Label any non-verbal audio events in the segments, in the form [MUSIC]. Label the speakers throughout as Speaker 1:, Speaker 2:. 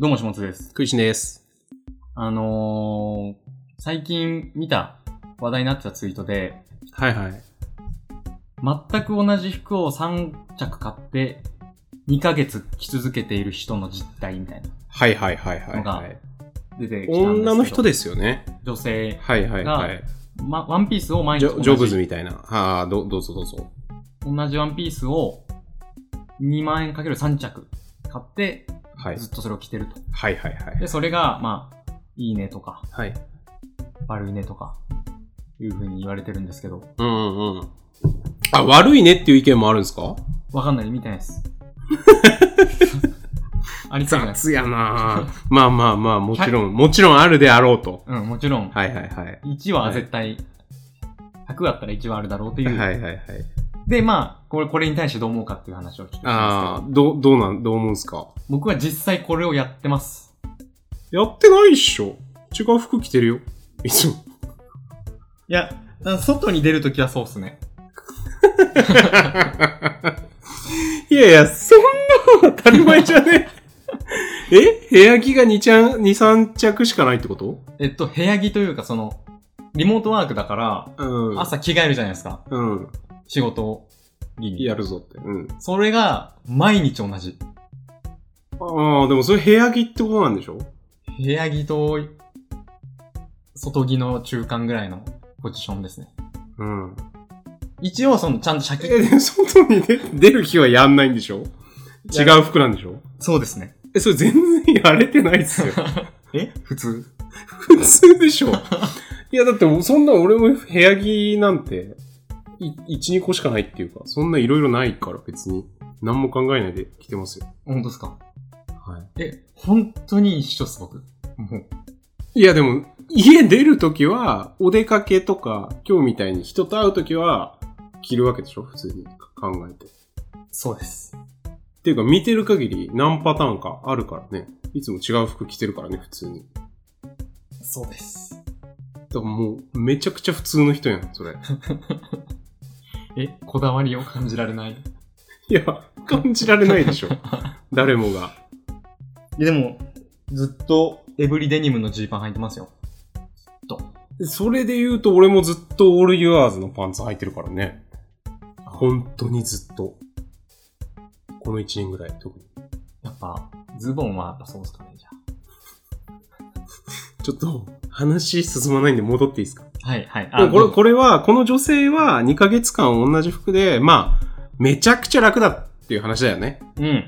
Speaker 1: どうも、しもつです。
Speaker 2: クイシンです。
Speaker 1: あのー、最近見た話題になってたツイートで、
Speaker 2: はいはい。
Speaker 1: 全く同じ服を3着買って、2ヶ月着続けている人の実態みたいな
Speaker 2: はいはいはいはい、
Speaker 1: のが
Speaker 2: はい。
Speaker 1: 出てきたんですけど。
Speaker 2: 女の人ですよね。
Speaker 1: 女性、
Speaker 2: はいはいはい。
Speaker 1: ま、ワンピースを毎
Speaker 2: ジ
Speaker 1: 日
Speaker 2: ョジョブ
Speaker 1: 同
Speaker 2: ズ
Speaker 1: じ
Speaker 2: みたいな。ああ、どどうぞどうぞ。
Speaker 1: 同じワンピースを2万円かける3着買って、
Speaker 2: はい。
Speaker 1: ずっとそれを着てると。
Speaker 2: はいはいはい
Speaker 1: で、。それが、まあ、いいねとか、
Speaker 2: はい。
Speaker 1: 悪いねとか、いう風に言われてるんですけど、
Speaker 2: うんうんうん。あ、悪いねっていう意見もあるんですか
Speaker 1: わかんない、見てない [LAUGHS] です。ありそうじゃないです。
Speaker 2: 雑やなぁ [LAUGHS] まあまあまあ、もちろん、もちろんあるであろうと。
Speaker 1: うん、もちろん、
Speaker 2: はいはいはい。
Speaker 1: 1は絶対、100あったら1はあるだろうっていう。
Speaker 2: はいはいはい。
Speaker 1: で、まあ、これ、これに対してどう思うかっていう話をちょっとしま
Speaker 2: あ
Speaker 1: す
Speaker 2: あ、どう、どうなん、どう思うんすか
Speaker 1: けど、僕は実際これをやってます。
Speaker 2: やってないっしょ。違う服着てるよ。いつも。
Speaker 1: いや、外に出るときはそうっすね。
Speaker 2: [LAUGHS] いやいや、そんなの当たり前じゃね [LAUGHS] え。え部屋着が2ちゃん、2、3着しかないってこと
Speaker 1: えっと、部屋着というか、その、リモートワークだから、
Speaker 2: うん。
Speaker 1: 朝着替えるじゃないですか。
Speaker 2: うん。
Speaker 1: 仕事着に。
Speaker 2: やるぞって。うん。
Speaker 1: それが、毎日同じ。
Speaker 2: ああ、でもそれ部屋着ってことなんでしょ
Speaker 1: 部屋着と、外着の中間ぐらいのポジションですね。
Speaker 2: うん。
Speaker 1: 一応、その、ちゃんとシャキ
Speaker 2: え、でも外に出出る日はやんないんでしょ違う服なんでしょ
Speaker 1: そうです [LAUGHS] ね。
Speaker 2: え、それ全然やれてないっ
Speaker 1: [LAUGHS]
Speaker 2: すよ。
Speaker 1: え普通
Speaker 2: 普通でしょ。いや、だって、そんな俺も部屋着なんて、い1、2個しかないっていうか、そんないろいろないから別に、何も考えないで着てますよ。
Speaker 1: 本当ですか
Speaker 2: は
Speaker 1: え、本当に一緒っす、僕。もう。
Speaker 2: い。いや、でも、家出るときは、お出かけとか、今日みたいに人と会うときは、着るわけでしょ普通に考えて。っ
Speaker 1: そうです。
Speaker 2: ていうか、見てる限り何パターンかあるからね。いつも違う服着てるからね、普通に。
Speaker 1: そうです。
Speaker 2: だからもう、めちゃくちゃ普通の人やん、それ。
Speaker 1: え、こだわりを感じられない
Speaker 2: いや、感じられないでしょ。誰もが。
Speaker 1: でも、ずっと、エブリデニムのジーパン履いてますよ。
Speaker 2: それで言うと、俺もずっとオールユアーズのパンツ履いてるからね。本当にずっと。この1年ぐらい、特に。
Speaker 1: やっぱ、ズボンはやっぱそうっすかね、じゃ
Speaker 2: ちょっと、話進まないんで戻っていいですか
Speaker 1: あ。はい、はい。
Speaker 2: でもこ
Speaker 1: ど
Speaker 2: れ、
Speaker 1: うぞ
Speaker 2: これは、この女性は2ヶ月間同じ服で、まあ、めちゃくちゃ楽だっていう話だよね。
Speaker 1: うん。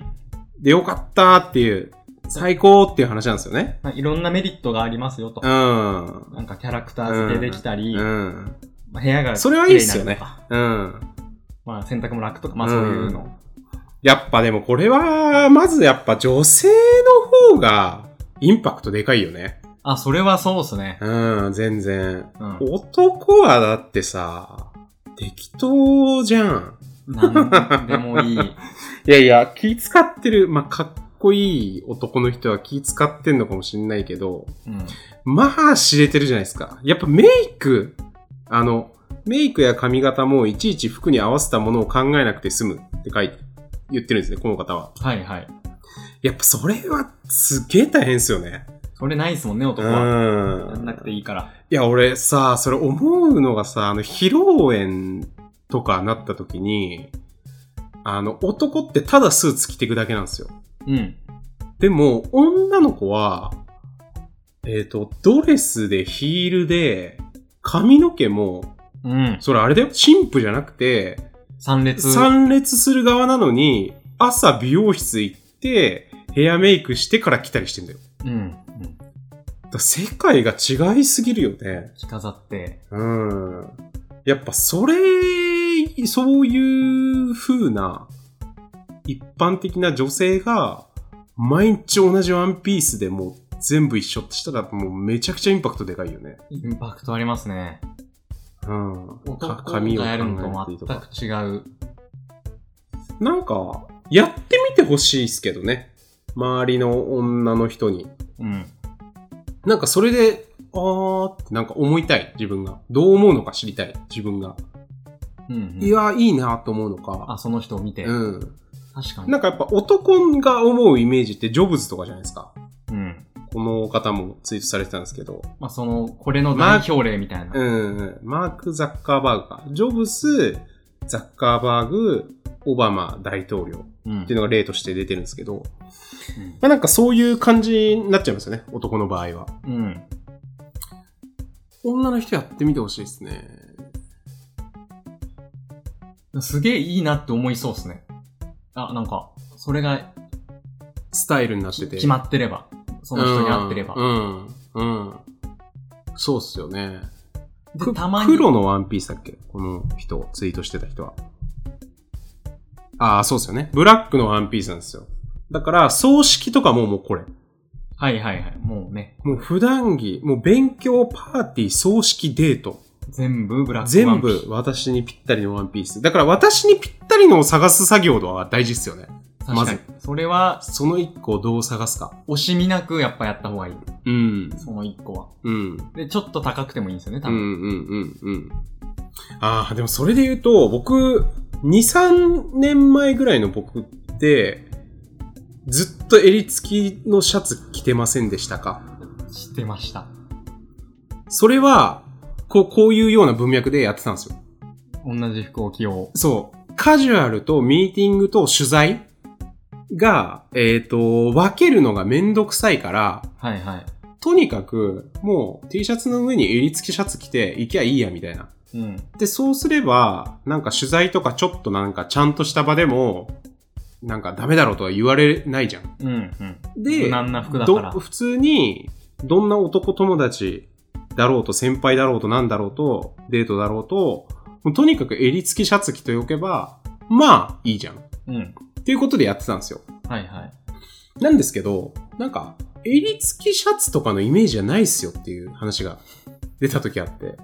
Speaker 2: で、よかったっていう、最高っていう話なんですよね。
Speaker 1: まあいろんなメリットがありますよと
Speaker 2: う。ん。
Speaker 1: なんかキャラクター付けできたり、
Speaker 2: うん。
Speaker 1: まあ部屋が
Speaker 2: それはいいっすよね
Speaker 1: 綺麗になるとか。
Speaker 2: うん。
Speaker 1: まあ洗濯も楽とか、まあそういうの。
Speaker 2: やっぱでもこれは、まずやっぱ女性の方が、インパクトでかいよね。
Speaker 1: あ、それはそうっすね。
Speaker 2: うん、全然。
Speaker 1: うん。
Speaker 2: 男はだってさ、適当じゃん。
Speaker 1: なんでもいい。
Speaker 2: いやいや、気使ってる、まあ、かっこいい男の人は気使ってんのかもしんないけど、
Speaker 1: うん。
Speaker 2: まあ知れてるじゃないですか。やっぱメイク、あの、メイクや髪型もいちいち服に合わせたものを考えなくて済むって書いて、言ってるんですね、この方は。
Speaker 1: はいはい。
Speaker 2: やっぱそれはすげえ大変ですよね。
Speaker 1: それないっすもんね、
Speaker 2: う
Speaker 1: 男は。やん
Speaker 2: ん
Speaker 1: な。くていいから。
Speaker 2: いや、俺さ、それ思うのがさ、あの、披露宴とかなった時に、あの、男ってただスーツ着ていくだけなんですよ。
Speaker 1: うん。
Speaker 2: でも、女の子は、えっ、と、ドレスでヒールで、髪の毛も、
Speaker 1: うん。
Speaker 2: それあれだよ、神父じゃなくて、
Speaker 1: 三列。
Speaker 2: 参列する側なのに、朝美容室行って、ヘアメイクしてから来たりしてんだよ。
Speaker 1: うん。うん
Speaker 2: だから世界が違いすぎるよね。
Speaker 1: 着飾って。
Speaker 2: うん。やっぱそれ、そういう風な、一般的な女性が、毎日同じワンピースでもう全部一緒ってしたら、もうめちゃくちゃインパクトでかいよね。
Speaker 1: インパクトありますね。
Speaker 2: うん。
Speaker 1: 男が
Speaker 2: か
Speaker 1: やるの
Speaker 2: 考
Speaker 1: と
Speaker 2: えてい
Speaker 1: 全
Speaker 2: い
Speaker 1: く違う。
Speaker 2: なんか、やってみてほしいっすけどね。周りの女の人に。
Speaker 1: うん。
Speaker 2: なんかそれで、あーってなんか思いたい、自分が。どう思うのか知りたい、自分が。
Speaker 1: うん。
Speaker 2: いやー、いいなと思うの
Speaker 1: あ、
Speaker 2: か。
Speaker 1: その人を見て。
Speaker 2: うん。
Speaker 1: 確かに。
Speaker 2: なんかやっぱ男が思うイメージってジョブズとかじゃないですか。
Speaker 1: う
Speaker 2: この方もツイートされてたんですけど、
Speaker 1: まあ、その、これの代表例みたいな。
Speaker 2: うんうん、マーク・ザッカーバーグか。ジョブス、ザッカーバーグ、オバマ大統領
Speaker 1: うん。
Speaker 2: っていうのが例として出てるんですけど、
Speaker 1: うん
Speaker 2: まあなんかそういう感じになっちゃいますよね、男の場合は。
Speaker 1: うん。
Speaker 2: 女の人やってみてほしいですね。
Speaker 1: すげえいいなって思いそうですね。あ、なんか、それが
Speaker 2: スタイルになってて。
Speaker 1: 決まってれば、その人に合ってれば
Speaker 2: う。ん、うん。うんそうっすよね。
Speaker 1: で、
Speaker 2: く
Speaker 1: たまに、
Speaker 2: 黒のワンピースだっけこの人、ツイートしてた人は。ああ、そうですよね。ブラックのワンピースなんですよ。だから、葬式とかももうこれ。
Speaker 1: はいはいはい、もうね、
Speaker 2: もう普段着、もう勉強、パーティー、葬式、デート。
Speaker 1: 全部ブラックワ
Speaker 2: 全
Speaker 1: ンピ
Speaker 2: 部私にぴったりのワンピース。だから私にぴったりのを探す作業は大事ですよね。
Speaker 1: 確か
Speaker 2: ま
Speaker 1: に
Speaker 2: ず。
Speaker 1: それは、
Speaker 2: その一個をどう探すか。
Speaker 1: 惜しみなくやっぱやった方がいい。
Speaker 2: うん。
Speaker 1: その一個は。
Speaker 2: うん。
Speaker 1: で、ちょっと高くてもいいんですよね、多
Speaker 2: うん
Speaker 1: 分。
Speaker 2: うんうんうん。ああ、でもそれで言うと、僕、2、3年前ぐらいの僕って、ずっと襟付きのシャツ着てませんでしたか
Speaker 1: 知ってました。
Speaker 2: それは、こう、こういうような文脈でやってたんですよ。
Speaker 1: 同じ服を着よ
Speaker 2: そう。カジュアルとミーティングと取材が、えっ、と、分けるのがめんどくさいから、
Speaker 1: う。はいはい。
Speaker 2: とにかく、もう T シャツの上に襟付きシャツ着て行きゃいいや、みたいな。
Speaker 1: うん。
Speaker 2: で、そうすれば、なんか取材とかちょっとなんかちゃんとした場でも、なんかダメだろうとは言われないじゃん。
Speaker 1: うんうん。
Speaker 2: で、
Speaker 1: 無難な服だから
Speaker 2: ど普通に、どんな男友達だろうと、先輩だろうと、なんだろうと、デートだろうと、もうとにかく襟付きシャツ着ておけば、まあ、いいじゃん。っ
Speaker 1: うん。
Speaker 2: ていうことでやってたんですよ。
Speaker 1: はいはい。
Speaker 2: なんですけど、なんか、襟付きシャツとかのイメージじゃないっすよっていう話が出た時あって。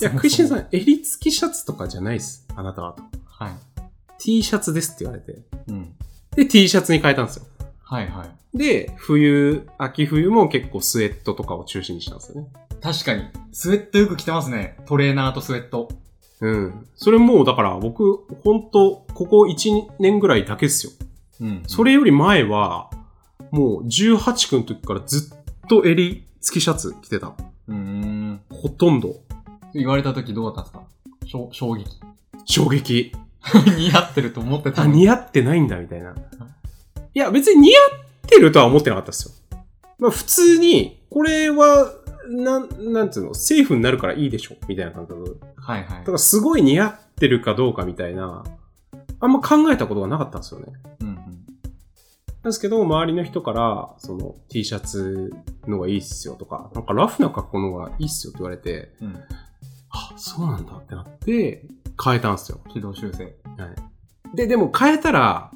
Speaker 2: いや、クイシンさ
Speaker 1: ん。
Speaker 2: ん、襟付きシャツとかじゃないっす。あなたはと。
Speaker 1: はい。
Speaker 2: T シャツですって言われて。
Speaker 1: うん。
Speaker 2: で、T シャツに変えたんですよ。
Speaker 1: はいはい。
Speaker 2: で、冬、秋冬も結構スウェットとかを中心にしたんですよね。
Speaker 1: 確かに、スウェットよく着てますね。トレーナーとスウェット。
Speaker 2: うん。それもうだから僕、ほんと、ここ1年ぐらいだけですよ。
Speaker 1: うん。
Speaker 2: それより前は、もう18くんの時からずっと襟付きシャツ着てた。
Speaker 1: うーん。
Speaker 2: ほとんど。
Speaker 1: 言われた時どうだったんですかしょ衝撃。 [LAUGHS]
Speaker 2: 衝撃。
Speaker 1: 似合ってると思ってた
Speaker 2: あ、
Speaker 1: のに。
Speaker 2: 似合ってないんだ、みたいな。いや、別に似合ってるとは思ってなかったですよ。まあ、普通に、これは、なん、なんつうの、セーフになるからいいでしょ、みたいな感覚。
Speaker 1: はいは
Speaker 2: だ
Speaker 1: い
Speaker 2: か。ら、すごい似合ってるかどうかみたいな、あんま考えたことがなかったんですよね。
Speaker 1: うんうん。
Speaker 2: なんですけど、周りの人から、その、T シャツのがいいっすよとか、なんかラフな格好のがいいっすよって言われて、
Speaker 1: うん。
Speaker 2: あ、そうなんだってなって、変えたんですよ。
Speaker 1: 軌道修正。
Speaker 2: で、でも変えたら、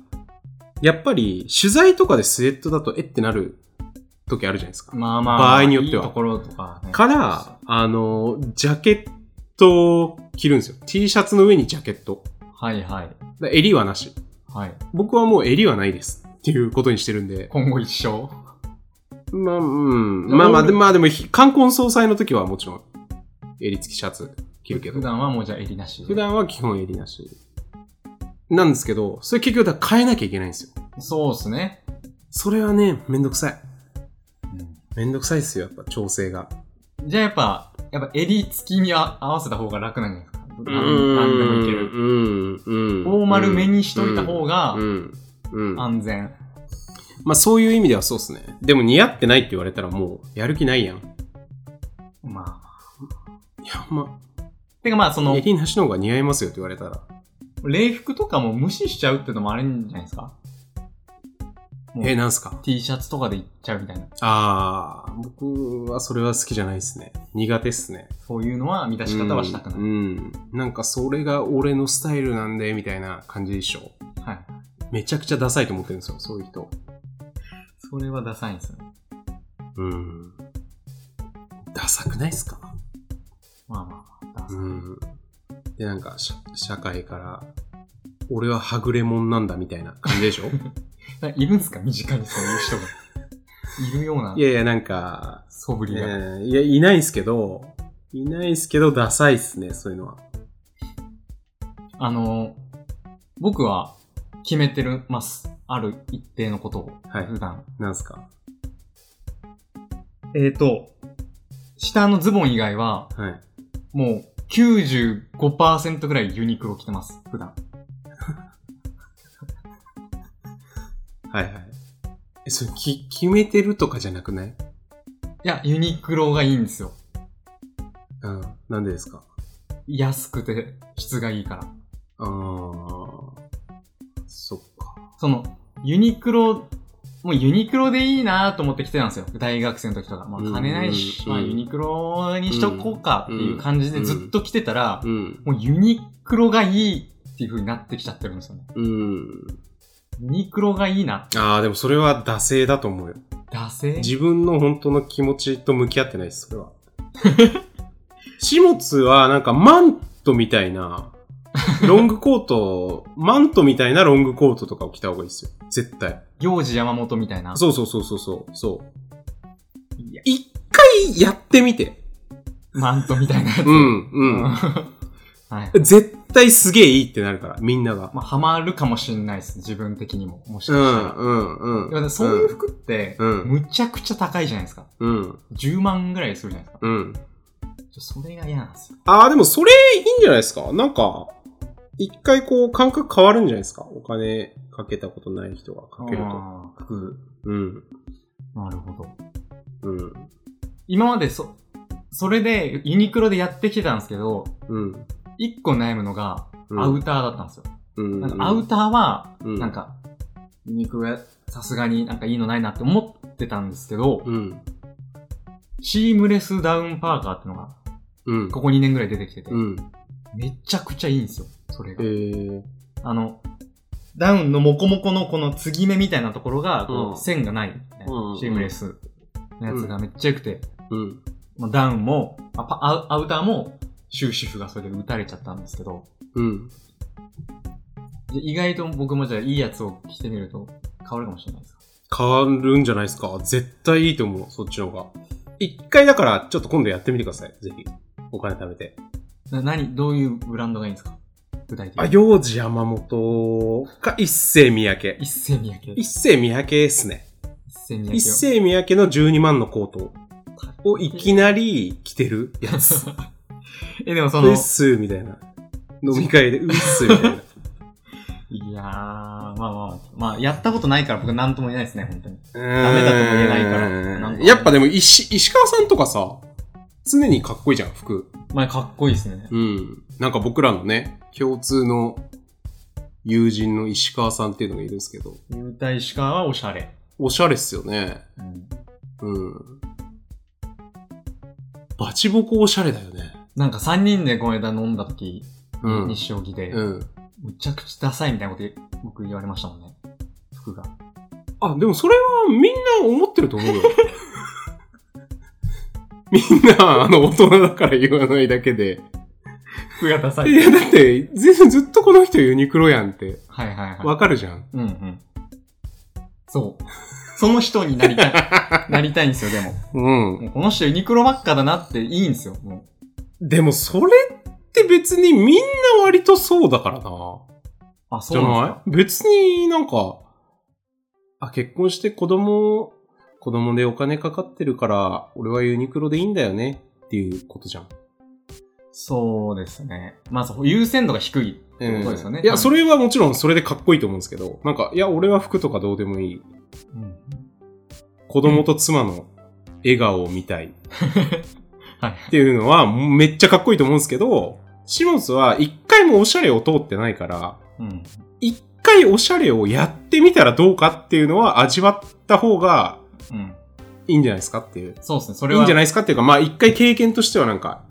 Speaker 2: やっぱり取材とかでスウェットだとえってなる時あるじゃないですか。
Speaker 1: まあまあ。
Speaker 2: 場合によってはい
Speaker 1: いところとか、ね。
Speaker 2: から、あの、ジャケットを着るんですよ。T シャツの上にジャケット。
Speaker 1: はいはい。
Speaker 2: だ襟はなし。
Speaker 1: はい。
Speaker 2: 僕はもう襟はないです。っていうことにしてるんで。
Speaker 1: 今後一生。
Speaker 2: まあ、うん。まあまあ、でまあでも、ひ冠婚葬祭の時はもちろん、襟付きシャツ着るけ
Speaker 1: 普
Speaker 2: ど。
Speaker 1: 段はもうじゃあ襟なし。
Speaker 2: 普段は基本襟なし。なんですけど、それ結局だから変えなきゃいけないんですよ。
Speaker 1: そうですね。
Speaker 2: それはね、めんどくさい。めんどくさいですよ、やっぱ調整が。
Speaker 1: じゃあやっぱ、やっぱ襟付きにあ合わせた方が楽なんじゃないですか。なん
Speaker 2: う
Speaker 1: なんでもいける。
Speaker 2: る。うん。
Speaker 1: フォーマルめにしといた方が
Speaker 2: うん。うん。ま
Speaker 1: 安全。
Speaker 2: あそういう意味ではそうですね。でも似合ってないって言われたらもうやる気ないやん。い
Speaker 1: まあ。
Speaker 2: や、ま
Speaker 1: てかまあそ
Speaker 2: あ、
Speaker 1: の、
Speaker 2: 襟なしの方が似合いますよって言われたら。
Speaker 1: 礼服とかも無視しちゃうってのもあれんじゃないですか。もう
Speaker 2: え、なんすか
Speaker 1: T シャツとかで行っちゃうみたいな。
Speaker 2: ああ、僕はそれは好きじゃないですね。苦手っすね。
Speaker 1: そういうのは満たし方はしたくない。
Speaker 2: うん。うんなんかそれが俺のスタイルなんで、みたいな感じでしょ。
Speaker 1: はい。
Speaker 2: めちゃくちゃダサいと思ってるんですよ、そういう人。
Speaker 1: それはダサいんですよね。
Speaker 2: うん。ダサくないっすか
Speaker 1: まあまあ。ダサい
Speaker 2: うん。で、なんか、社社会から、俺ははぐれもんなんだみたいな感じ [LAUGHS] でしょ
Speaker 1: いるんすか身近にそういう人が。いるようない
Speaker 2: やいや、なんか、
Speaker 1: 素振
Speaker 2: え
Speaker 1: りが。
Speaker 2: ーいや、いないんすけど、いないんすけど、ダサいっすね、そういうのは。
Speaker 1: あの、僕は決めてるます。ある一定のことを。
Speaker 2: はい
Speaker 1: 普段。
Speaker 2: なんすか
Speaker 1: えっ、と、下のズボン以外は、
Speaker 2: はい。
Speaker 1: もう95%ぐらいユニクロ着てます、普段。
Speaker 2: はいはい。え、それ、き、決めてるとかじゃなくない
Speaker 1: いや、ユニクロがいいんですよ。
Speaker 2: うん。なんでですか
Speaker 1: 安くて質がいいから。
Speaker 2: あー。そっか。
Speaker 1: その、ユニクロ、もうユニクロでいいなと思って来てたんですよ。大学生の時とか。まあ
Speaker 2: うん
Speaker 1: 金ないし、
Speaker 2: うん
Speaker 1: まあユニクロにしとこうかっていう感じでずっと来てたら、
Speaker 2: うん。
Speaker 1: もうユニクロがいいっていう風になってきちゃってるんですよね。
Speaker 2: うん。
Speaker 1: ユニクロがいいな。
Speaker 2: あー、でもそれは惰性だと思うよ。
Speaker 1: ダセー
Speaker 2: 自分の本当の気持ちと向き合ってないです、それは。始末はなんかマントみたいな、ロングコート、マントみたいなロングコートとかを着た方がいいですよ。絶対。
Speaker 1: 行事山本みたいな。
Speaker 2: そうそうそうそうそう。そう。
Speaker 1: いや
Speaker 2: 一回やってみて。
Speaker 1: マントみたいなやつ。
Speaker 2: う。ん、う
Speaker 1: [LAUGHS] うん。
Speaker 2: ん。
Speaker 1: はい。
Speaker 2: 絶対すげえいいってなるから、みんなが。
Speaker 1: まあ、ハマるかもしんないです。自分的にも。もしかし
Speaker 2: う
Speaker 1: た
Speaker 2: ん、
Speaker 1: ら。
Speaker 2: うん、
Speaker 1: で
Speaker 2: う
Speaker 1: も
Speaker 2: ん。
Speaker 1: ねそういう服って、
Speaker 2: うん
Speaker 1: むちゃくちゃ高いじゃないですか。
Speaker 2: うん、
Speaker 1: 10万ぐらいするじゃないですか。
Speaker 2: うん。
Speaker 1: ちょそれが嫌なんですよ。
Speaker 2: ああ、でもそれいいんじゃないですかなんか、一回こう感覚変わるんじゃないですかお金かけたことない人がかけると。
Speaker 1: あー服。
Speaker 2: うん。
Speaker 1: なるほど。
Speaker 2: うん。
Speaker 1: 今までそ、それで、ユニクロでやってきてたんですけど、
Speaker 2: うん。
Speaker 1: 一個悩むのが、
Speaker 2: うん
Speaker 1: アウターだったんですよ。
Speaker 2: うん。
Speaker 1: なんかアウターは、
Speaker 2: うん
Speaker 1: なんか、ユニクロや、さすがになんかいいのないなって思ってたんですけど、
Speaker 2: うん。
Speaker 1: シームレスダウンパーカーってのが、
Speaker 2: うん。
Speaker 1: ここ2年ぐらい出てきてて、
Speaker 2: うん。
Speaker 1: めちゃくちゃいいんですよ、それ
Speaker 2: え
Speaker 1: が。
Speaker 2: ー。
Speaker 1: あの、ダウンのモコモコのこの継ぎ目みたいなところが、
Speaker 2: う
Speaker 1: こ
Speaker 2: ん
Speaker 1: う、線がないみたいな、
Speaker 2: うん
Speaker 1: シームレスのやつがめっちゃ良くて、
Speaker 2: うん。
Speaker 1: もうダウンも、あパアウアウターも、終止符がそれで打たれちゃったんですけど、
Speaker 2: うん。
Speaker 1: で意外と僕もじゃあいいやつを着てみると変わるかもしれないです。
Speaker 2: 変わるんじゃないですか絶対いいと思う。そっちの方が。一回だから、ちょっと今度やってみてください。ぜひ。お金貯めて。
Speaker 1: な、何、どういうブランドがいいんですか具体的
Speaker 2: あ、
Speaker 1: に。
Speaker 2: 幼児山本か、一世三宅。
Speaker 1: 一世三宅。
Speaker 2: 一世三宅ですね。
Speaker 1: 一世三宅を。
Speaker 2: 一世三宅の12万のコートをいきなり着てるや
Speaker 1: [LAUGHS]
Speaker 2: つ。
Speaker 1: え、でもその、
Speaker 2: うっ
Speaker 1: い
Speaker 2: すーみたいな。飲み会
Speaker 1: [LAUGHS]
Speaker 2: でうっすーみたいな。
Speaker 1: やー、まあまあ、まあ、やったことないから僕なんとも言えないですね、本当に。
Speaker 2: ダ
Speaker 1: メだとも言えないからなんか
Speaker 2: やっぱでも石石川さんとかさ、常にかっこいいじゃん、服。
Speaker 1: まあ、かっこいいですね。
Speaker 2: うん。なんか僕らのね、共通の友人の石川さんっていうのがいるんですけど、
Speaker 1: 優待しかはおしゃれ。
Speaker 2: おしゃれっすよね。
Speaker 1: うん。
Speaker 2: うん。バチボコおしゃれだよね。
Speaker 1: なんか3人でこの間飲んだ時、
Speaker 2: うん
Speaker 1: 日照着で、
Speaker 2: うん。
Speaker 1: むちゃくちゃダサいみたいなこと言僕言われましたもんね。服
Speaker 2: [LAUGHS]
Speaker 1: が。
Speaker 2: あ、でもそれはみんな思ってると思うよ。 [LAUGHS] みんな、あの、大人だから言わないだけで。
Speaker 1: 服がダサ
Speaker 2: い
Speaker 1: はい
Speaker 2: や、だって、ずずっとこの人ユニクロやんって、
Speaker 1: はいは
Speaker 2: わかるじゃん。
Speaker 1: い。うんうん。そう。その人になりたい。
Speaker 2: [LAUGHS]
Speaker 1: なりたいんですよ、でも。
Speaker 2: うん。
Speaker 1: もうこの人ユニクロばっかだなっていいんですよ、も
Speaker 2: でも、それって別にみんな割とそうだからな。
Speaker 1: う。あ、
Speaker 2: じ
Speaker 1: そ
Speaker 2: ゃ
Speaker 1: うなんです
Speaker 2: ない別になんか、あ、結婚して子供、子供でお金かかってるから、俺はユニクロでいいんだよねっていうことじゃん。
Speaker 1: そうですね。まあ、そう優先度が低いってことですよね。
Speaker 2: いや、そ
Speaker 1: れ、
Speaker 2: れはもちろんそれでかっこいいと思うんですけど、なんか、いや、俺は服とかどうでもいい。
Speaker 1: うん、
Speaker 2: 子供と妻の笑顔を見たいっ
Speaker 1: [LAUGHS] はい。
Speaker 2: ていうのは、めっちゃかっこいいと思うんですけど、シモスは一回もおしゃれを通ってないから、
Speaker 1: うん。
Speaker 2: 一回おしゃれをやってみたらどうかっていうのは味わった方が
Speaker 1: うん。
Speaker 2: いいんじゃないですかっていう。
Speaker 1: そうですね。そ
Speaker 2: い
Speaker 1: れは。
Speaker 2: いんじゃ
Speaker 1: ない
Speaker 2: ないですかっていうか、まあ一回経験としてはなんか、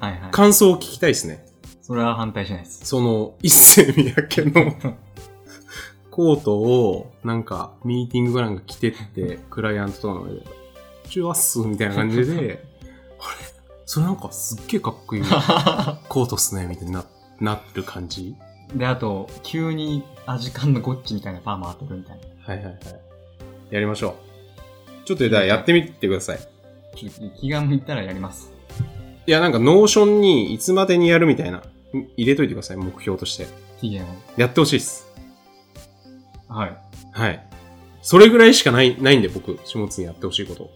Speaker 1: はいはい。
Speaker 2: 感想を聞きたいですね。
Speaker 1: それは反対しないです。 [LAUGHS]
Speaker 2: その、一世三宅の [LAUGHS] コートを、なんか、ミーティングかなんか着てって、クライアントとの上で、チュワッスみたいな感じで、あれそれなんかすっげえかっこいいコートっすね、みたいにな、なってる感じ
Speaker 1: で、あと、急にアジカンのゴッチみたいなパーマ当てるみたいな。
Speaker 2: はいはいはい。やりましょう。ちょっとだからやってみてください。
Speaker 1: ちょっと気が向いたらやります。
Speaker 2: いや、なんかノーションにいつまでにやるみたいな、ん入れといてください、目標として。
Speaker 1: 期限を。
Speaker 2: やってほしいっす。
Speaker 1: はい。
Speaker 2: はい。それぐらいしかない、ないんで、僕、下津にやってほしいこと。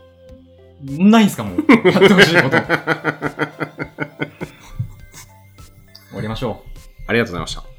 Speaker 1: ないんすか、もう。やってほしい
Speaker 2: [LAUGHS]
Speaker 1: こと。終わりましょう。
Speaker 2: ありがとうございました。